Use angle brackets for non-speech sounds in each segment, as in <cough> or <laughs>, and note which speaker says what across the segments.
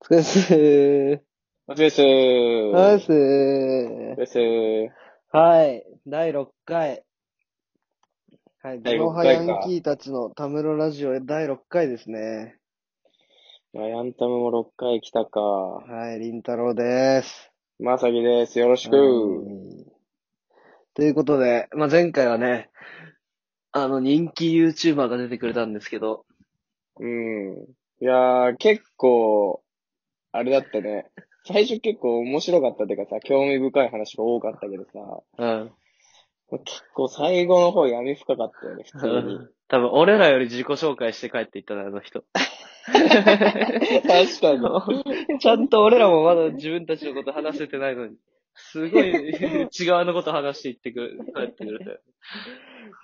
Speaker 1: お疲れっすー。
Speaker 2: お疲れっすー。
Speaker 1: お疲れっ
Speaker 2: お疲
Speaker 1: すー。
Speaker 2: れっすー。
Speaker 1: はい。第6回。はい。
Speaker 2: 第
Speaker 1: デ
Speaker 2: 六
Speaker 1: ロハヤ
Speaker 2: 回か
Speaker 1: ンキーたちのたむろラジオ第6回ですね。
Speaker 2: ライアンタムも6回来たか。
Speaker 1: はい。りんたろうです。
Speaker 2: まさぎです。よろしく。
Speaker 1: はいということで、まあ、前回はね、あの人気 YouTuber が出てくれたんですけど、
Speaker 2: うん。いやー、結構、あれだったね。最初結構面白かったっていうかさ、興味深い話が多かったけどさ、
Speaker 1: うん。
Speaker 2: 結構最後の方闇深かったよね、普通に。
Speaker 1: <laughs> 多分俺らより自己紹介して帰っていったな、あの人。
Speaker 2: <laughs> 確かに。
Speaker 1: <laughs> ちゃんと俺らもまだ自分たちのこと話せてないのに、す <laughs> ごい内側のこと話していってくる、帰ってくれたよ。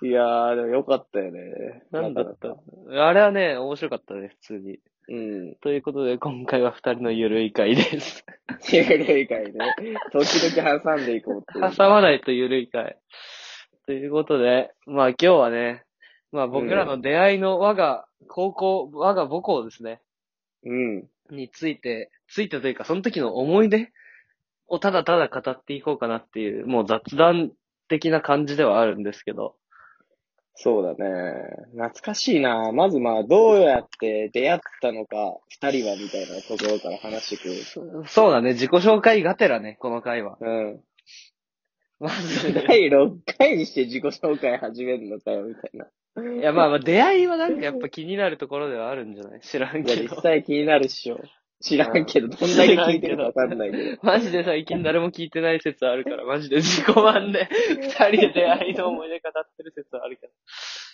Speaker 2: いやー、でもよかったよね。
Speaker 1: なんだった
Speaker 2: なか
Speaker 1: あれはね、面白かったね、普通に。
Speaker 2: うん。 <laughs>
Speaker 1: ということで、今回は二人のゆるい会です。
Speaker 2: 中類会ね。時々挟んでいこうっていう。
Speaker 1: 挟まないとゆるい会。ということで、まあ今日はね、まあ僕らの出会いの我が高校、我が母校ですね、
Speaker 2: うん。
Speaker 1: について、ついてというかその時の思い出をただただ語っていこうかなっていう、もう雑談的な感じではあるんですけど。
Speaker 2: そうだね。懐かしいな。まずまあ、どうやって出会ったのか、二人はみたいなところから話していく。
Speaker 1: そそうだね、自己紹介がてらね、この回は。
Speaker 2: うん。
Speaker 1: まず、
Speaker 2: <laughs> 第6回にして自己紹介始めるのかよ、みたいな。
Speaker 1: いやまあまあ出会いはなんかやっぱ気になるところではあるんじゃない知らん
Speaker 2: いや、
Speaker 1: けど
Speaker 2: 実。際気になるっしょ。知らんけど、どんだけ聞いてるかわかんないけど。
Speaker 1: マジで最近誰も聞いてない説あるから、マジで自己満で、二人で出会いの思い出語ってる説ある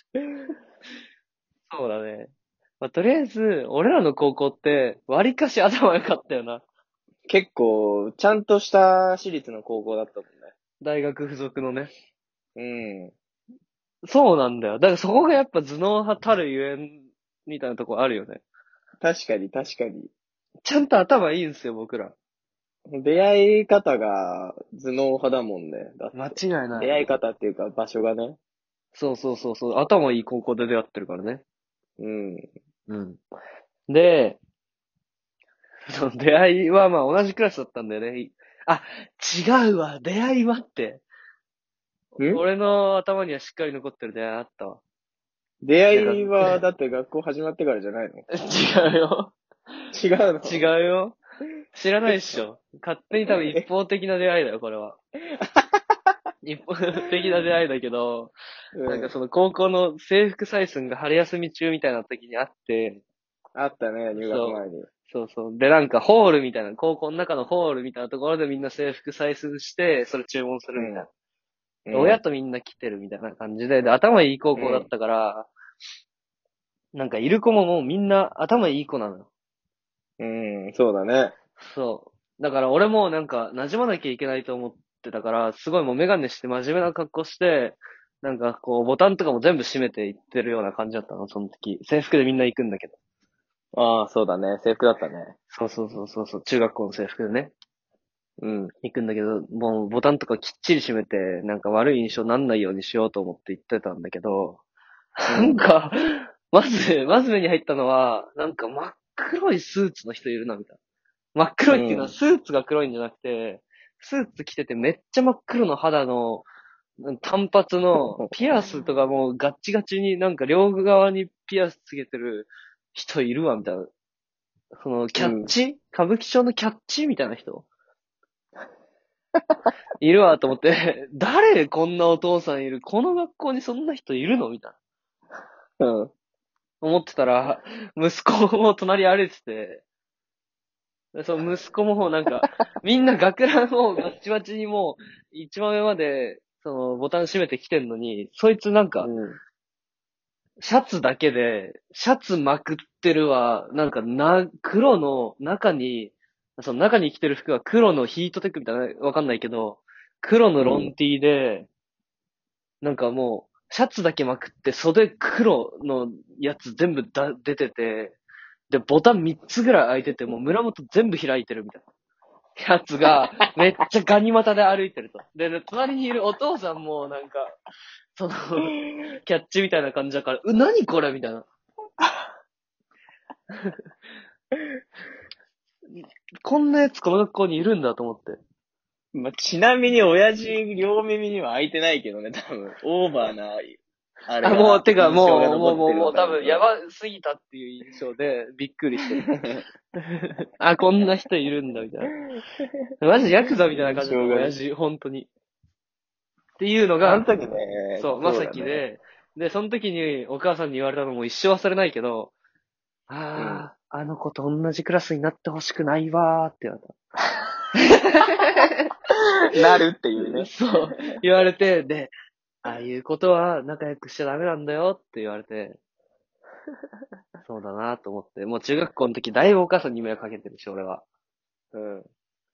Speaker 1: から。そうだね。まあ、とりあえず、俺らの高校って、割かし頭良かったよな。
Speaker 2: 結構、ちゃんとした私立の高校だったも
Speaker 1: 大学付属のね。
Speaker 2: んね。
Speaker 1: そうなんだよ。だからそこがやっぱ頭脳派たるゆえん、みたいなとこあるよね。
Speaker 2: うん。確かに、確かに。
Speaker 1: ちゃんと頭いいんすよ、僕ら。
Speaker 2: 出会い方が頭脳派だもんね。だって
Speaker 1: 違いな
Speaker 2: 出会い方っていうか、場所がね。
Speaker 1: そうそうそうそう。頭いい高校で出会ってるからね。
Speaker 2: うん。
Speaker 1: うん。で、 <laughs> その出会いはまあ同じクラスだったんだよね。いあ、違うわ、出会いはって。
Speaker 2: ん
Speaker 1: 俺の頭にはしっかり残ってる出会いあったわ。
Speaker 2: 出会いは、だって学校始まってからじゃない
Speaker 1: <laughs>
Speaker 2: の
Speaker 1: 違うよ。
Speaker 2: 違うの
Speaker 1: 違うよ。知らないっしょ。勝手に多分一方的な出会いだよ、これ <laughs> は。一方的な出会いだけど、
Speaker 2: うん
Speaker 1: なんかその高校の制服採寸が春休み中みたいな時にあって、
Speaker 2: あったね、入学前に。
Speaker 1: そうそう。で、なんかホールみたいな、高校の中のホールみたいなところでみんな制服採寸して、それ注文するみたいな。で親とみんな来てるみたいな感じで、で、頭いい高校だったから、なんかいる子ももうみんな頭いい子なのよ。
Speaker 2: うん、うん、そうだね。
Speaker 1: そう。だから俺もなんか馴染まなきゃいけないと思ってたから、すごいもうメガネして真面目な格好して、なんかこうボタンとかも全部閉めていってるような感じだったの、その時。制服でみんな行くんだけど。
Speaker 2: ああ、そうだね。制服だったね。
Speaker 1: そうそうそうそうそう、中学校の制服でね。
Speaker 2: うん。
Speaker 1: 行くんだけど、もうボタンとかきっちり閉めて、なんか悪い印象になんないようにしようと思って行ってたんだけど、なんか、まず、まず目に入ったのは、なんか真っ黒いスーツの人いるな、みたいな。真っ黒いっていうのは
Speaker 2: うん
Speaker 1: スーツが黒いんじゃなくて、スーツ着ててめっちゃ真っ黒の肌の、単髪の、ピアスとかもうガッチガチになんか両側にピアスつけてる人いるわ、みたいな。その、キャッチ、歌舞伎町のキャッチみたいな人 <laughs> いるわと思って、 <laughs> 誰こんなお父さんいるこの学校にそんな人いるのみたいな。
Speaker 2: うん。
Speaker 1: 思ってたら、息子も隣歩いてて、でその息子ももうなん <laughs> か、みんな学ランをバッチバチにもう、一番上まで、その、ボタン閉めてきてんのに、そいつなんか、シャツだけで、シャツまくってるわ、なんかな、黒の中に、その中に着てる服は黒のヒートテックみたいな、わかんないけど、黒のロンティーで、なんかもう、シャツだけまくって、袖黒のやつ全部だ出てて、で、ボタン3つぐらい開いてて、もう村本全部開いてるみたいな。やつが、めっちゃガニ股で歩いてると。で、で隣にいるお父さんも、なんか、その、キャッチみたいな感じだから、う、何これみたいな。 <laughs> こんなやつこの学校にいるんだと思って。
Speaker 2: まあ、ちなみに親父両耳には開いてないけどね、多分。オーバーな、あ
Speaker 1: あ、もう、てか、もう、
Speaker 2: 印象が
Speaker 1: もう、もう、
Speaker 2: 残ってる
Speaker 1: もう、多分、やばすぎたっていう印象で、びっくりして <laughs> る。あ、こんな人いるんだ、みたい
Speaker 2: <laughs>
Speaker 1: な。マジヤクザみたいな感じ
Speaker 2: しょ
Speaker 1: の
Speaker 2: うがない
Speaker 1: 親父、本当に。っていうの
Speaker 2: あ
Speaker 1: が
Speaker 2: の、時ね。
Speaker 1: そう、まさきで、で、その時にお母さんに言われたのも一生忘れないけど、ああ、あの子と同じクラスになってほしくないわーって言われた。
Speaker 2: そうだね。なるっていうね。
Speaker 1: そう、言われて、で、ああいうことは仲良くしちゃダメなんだよって言われて、そうだなと思って、もう中学校の時だいぶお母さんに迷惑かけてるし、俺は。
Speaker 2: うん。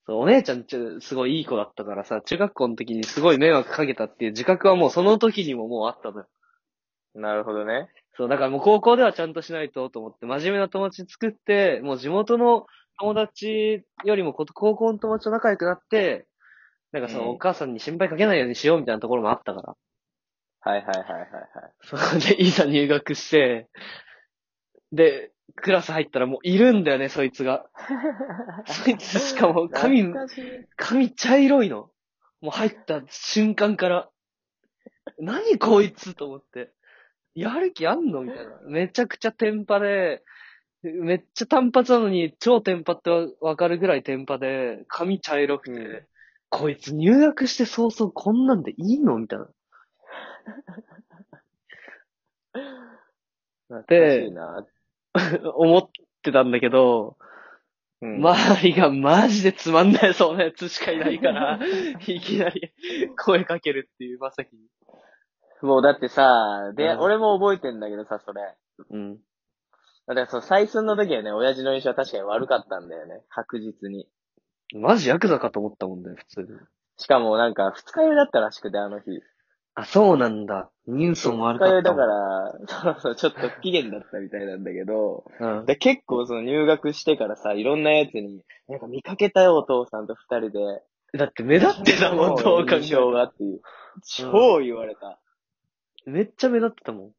Speaker 1: そう、お姉ちゃんちゅ、すごいいい子だったからさ、中学校の時にすごい迷惑かけたっていう自覚はもうその時にももうあったのよ。
Speaker 2: なるほどね。
Speaker 1: そう、だからもう高校ではちゃんとしないとと思って、真面目な友達作って、もう地元の友達よりもこ高校の友達と仲良くなって、なんかそ
Speaker 2: うん
Speaker 1: のお母さんに心配かけないようにしようみたいなところもあったから。
Speaker 2: はいはいはいはい
Speaker 1: そうで、 <laughs> いざ入学して、で、クラス入ったらもういるんだよね、そいつが。
Speaker 2: <laughs>
Speaker 1: そいつしかも
Speaker 2: はい。
Speaker 1: 髪、髪茶色いの。もう入った瞬間から。何こいつと思って。やる気あんのみたいな。めちゃくちゃテンパで、めっちゃ単発なのに超テンパってわかるぐらいテンパで、髪茶色くて、
Speaker 2: うん
Speaker 1: こいつ入学して早々こんなんでいいのみたいな。
Speaker 2: で
Speaker 1: で、思ってたんだけど、周りがマジでつまんないそうなやつしかいないから、いきなり声かけるっていう、まさきに。
Speaker 2: もうだってさ、で、
Speaker 1: うん
Speaker 2: 俺も覚えてんだけどさ、それ。
Speaker 1: うん。
Speaker 2: だからその採寸の時はね、親父の印象は確かに悪かったんだよね。確実に。
Speaker 1: マジヤクザかと思ったもんだよ、普通に。
Speaker 2: しかもなんか、二日酔いだったらしくて、あの日。
Speaker 1: あ、そうなんだ。ニュースも悪
Speaker 2: 二
Speaker 1: か
Speaker 2: 日酔
Speaker 1: っ
Speaker 2: い
Speaker 1: た
Speaker 2: だ
Speaker 1: もん。
Speaker 2: から、 <laughs> そうそう、ちょっと不機嫌だったみたいなんだけど、
Speaker 1: うん。
Speaker 2: で結構その入学してからさ、いろんなやつに、なんか見かけたよ、お父さんと二人で。
Speaker 1: だって目立ってたもん、どう考え
Speaker 2: 印
Speaker 1: て
Speaker 2: 象
Speaker 1: も
Speaker 2: がっていう。超言われた。
Speaker 1: めっちゃ目立ってたもん。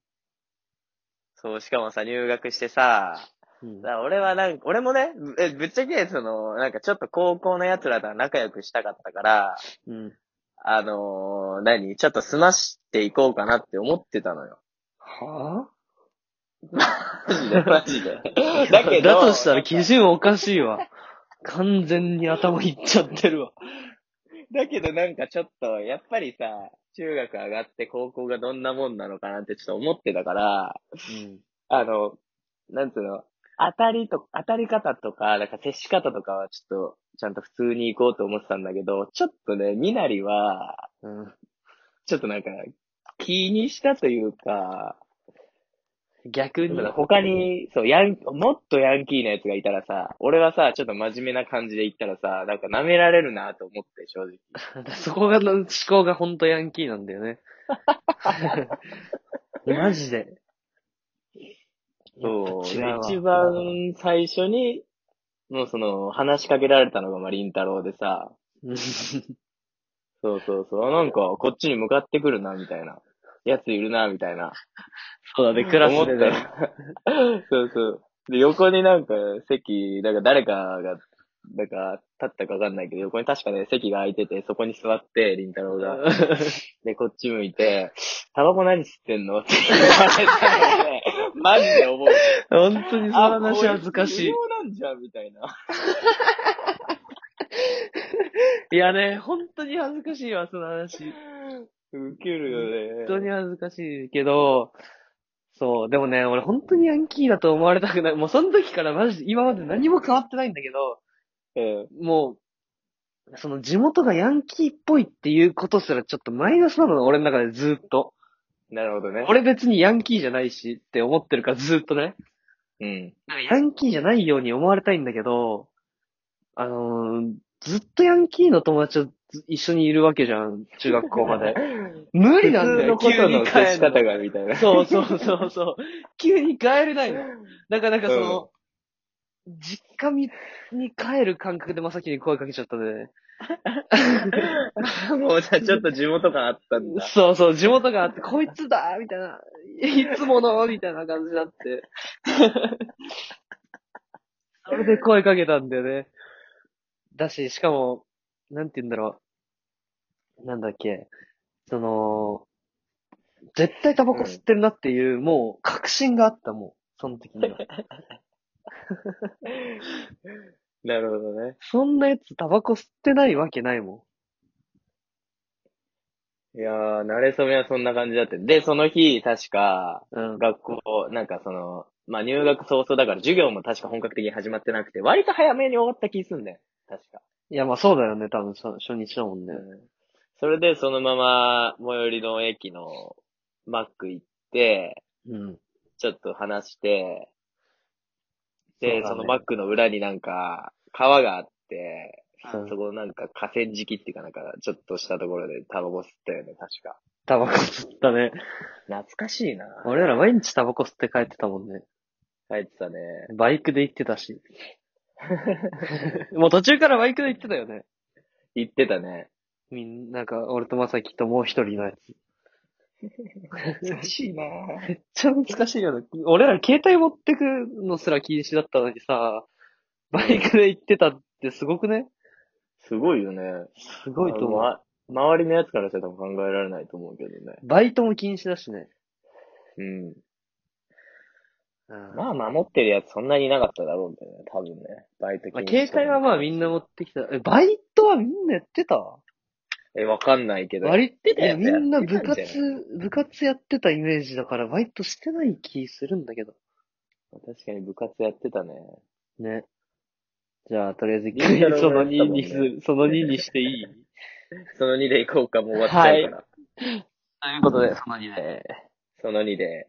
Speaker 2: そう、しかもさ、入学してさ、
Speaker 1: うん
Speaker 2: だから俺はなんか、俺もね、ぶえぶっちゃけ、その、なんかちょっと高校の奴らとは仲良くしたかったから、
Speaker 1: うん。
Speaker 2: あのー何ちょっと済ましていこうかなって思ってたのよ。
Speaker 1: は
Speaker 2: マ <laughs> ジで、マジで。
Speaker 1: ぁ
Speaker 2: だけど、
Speaker 1: だとしたら基準おかしいわ。完全に頭いっちゃってるわ。
Speaker 2: だけどなんかちょっと、やっぱりさ、中学上がって高校がどんなもんなのかなってちょっと思ってたから、
Speaker 1: うん。
Speaker 2: あの、なんつうの、当たりと、当たり方とか、なんか接し方とかはちょっと、ちゃんと普通に行こうと思ってたんだけど、ちょっとね、みなりは、
Speaker 1: うん。
Speaker 2: ちょっとなんか、気にしたというか、
Speaker 1: 逆に。
Speaker 2: 他に、そう、ヤン、もっとヤンキーなやつがいたらさ、俺はさ、ちょっと真面目な感じで言ったらさ、なんか舐められるなと思って、正直。
Speaker 1: そこが、思考がほんとヤンキーなんだよ <laughs> ね。マジで。
Speaker 2: そう。
Speaker 1: 違うわ
Speaker 2: 一番最初に、もうその、話しかけられたのが、まあ、りんたろでさ、
Speaker 1: うん
Speaker 2: そうそうそう、あなんか、こっちに向かってくるな、みたいな。やついるな、みたいな。
Speaker 1: そうだね、クラスで
Speaker 2: 思った
Speaker 1: ね。
Speaker 2: らそうそう。で、横になんか席、なんか誰かが、なんか立ったかわかんないけど、横に確かね、席が空いてて、そこに座って、りんたろうが。
Speaker 1: <laughs>
Speaker 2: で、こっち向いて、タバコ何吸ってんのって言われたので、マジで覚えてる。
Speaker 1: ほんとにその話恥ずかし
Speaker 2: あ
Speaker 1: い
Speaker 2: こ。れ無料なんじゃん、みたいな。
Speaker 1: いやね、本当に恥ずかしいわ、その話。
Speaker 2: ウケるよ
Speaker 1: 本
Speaker 2: ね。
Speaker 1: 当に恥ずかしいけど、そう、でもね、俺本当にヤンキーだと思われたくない。もうその時からマジで今まで何も変わってないんだけど、
Speaker 2: うん。
Speaker 1: もう、その地元がヤンキーっぽいっていうことすらちょっとマイナスなの、俺の中でずっと。
Speaker 2: なるほどね。
Speaker 1: 俺別にヤンキーじゃないしって思ってるからずっとね。
Speaker 2: うん。
Speaker 1: なんかヤンキーじゃないように思われたいんだけど、あのーずっとヤンキーの友達とず一緒にいるわけじゃん、中学校まで。無理なんだよ、
Speaker 2: 普通
Speaker 1: 急
Speaker 2: の
Speaker 1: に
Speaker 2: こと
Speaker 1: 帰
Speaker 2: の接し
Speaker 1: るの
Speaker 2: 方が、みたいな。
Speaker 1: そうそうそう
Speaker 2: <laughs>
Speaker 1: そう。急に帰れないの。だからなんかその、実家にに帰る感覚でまさきに声かけちゃったね。
Speaker 2: <laughs> もうじゃあちょっと地元感あったんだ。
Speaker 1: そうそう、地元があって、こいつだみたいな。いつものみたいな感じになって。それで声かけたんだよね。だし、しかも、なんて言うんだろう。なんだっけ。その、絶対タバコ吸ってるなっていう、もう、確信があった、もう。その時には。
Speaker 2: なるほどね。
Speaker 1: そんなやつタバコ吸ってないわけないも
Speaker 2: いやー、慣れ初めはそんな感じだって。で、その日、確か、
Speaker 1: ん。うん。
Speaker 2: 学校、なんかその、まあ、入学早々だから授業も確か本格的に始まってなくて、割と早めに終わった気すんだよ。確か。
Speaker 1: いや、まあそうだよね、多分、そ初日だもんね。
Speaker 2: それで、そのまま、最寄りの駅のマック行って、
Speaker 1: うん。
Speaker 2: ちょっと話して、で、
Speaker 1: うだね
Speaker 2: そのマックの裏になんか、川があって、
Speaker 1: うん
Speaker 2: そこのなんか河川敷っていうかなんか、ちょっとしたところでタバコ吸ったよね、確か。
Speaker 1: タバコ吸ったね。
Speaker 2: 懐かしいな。
Speaker 1: 俺ら毎日タバコ吸って帰ってたもんね。
Speaker 2: 帰ってたね。
Speaker 1: バイクで行ってた <laughs> し。もう途中からバイクで行ってたよね。
Speaker 2: 行ってたね。
Speaker 1: みんな、んか、俺とまさきともう一人のやつ。
Speaker 2: 懐かしいな。
Speaker 1: めっちゃ難しいよね。俺ら携帯持ってくのすら禁止だったのにさ、バイクで行ってたってすごくね
Speaker 2: <laughs> すごいよね。
Speaker 1: すごいと思う。
Speaker 2: ま周りのやつからしたら多分考えられないと思うけどね。
Speaker 1: バイトも禁止だしね。
Speaker 2: うん。
Speaker 1: うん
Speaker 2: まあ、守ってるやつそんなにいなかっただろうけどね、多分ね。バイト禁
Speaker 1: まあ
Speaker 2: 止とか
Speaker 1: 携帯はまあみんな持ってきた。え、バイトはみんなやってた
Speaker 2: え、わかんないけど。
Speaker 1: 割って
Speaker 2: たよ
Speaker 1: みんな部
Speaker 2: やっ
Speaker 1: 活
Speaker 2: てたんじゃな、
Speaker 1: 部活やってたイメージだから、バイトしてない気するんだけど。
Speaker 2: 確かに部活やってたね。
Speaker 1: ね。じゃあ、とりあえず一
Speaker 2: りんた
Speaker 1: 回
Speaker 2: ろー
Speaker 1: その
Speaker 2: がやった
Speaker 1: 2
Speaker 2: もんね
Speaker 1: にする、その2にしていい
Speaker 2: その2で行こうか、もう終わっちゃうから。
Speaker 1: ということで、その2で。
Speaker 2: その2で。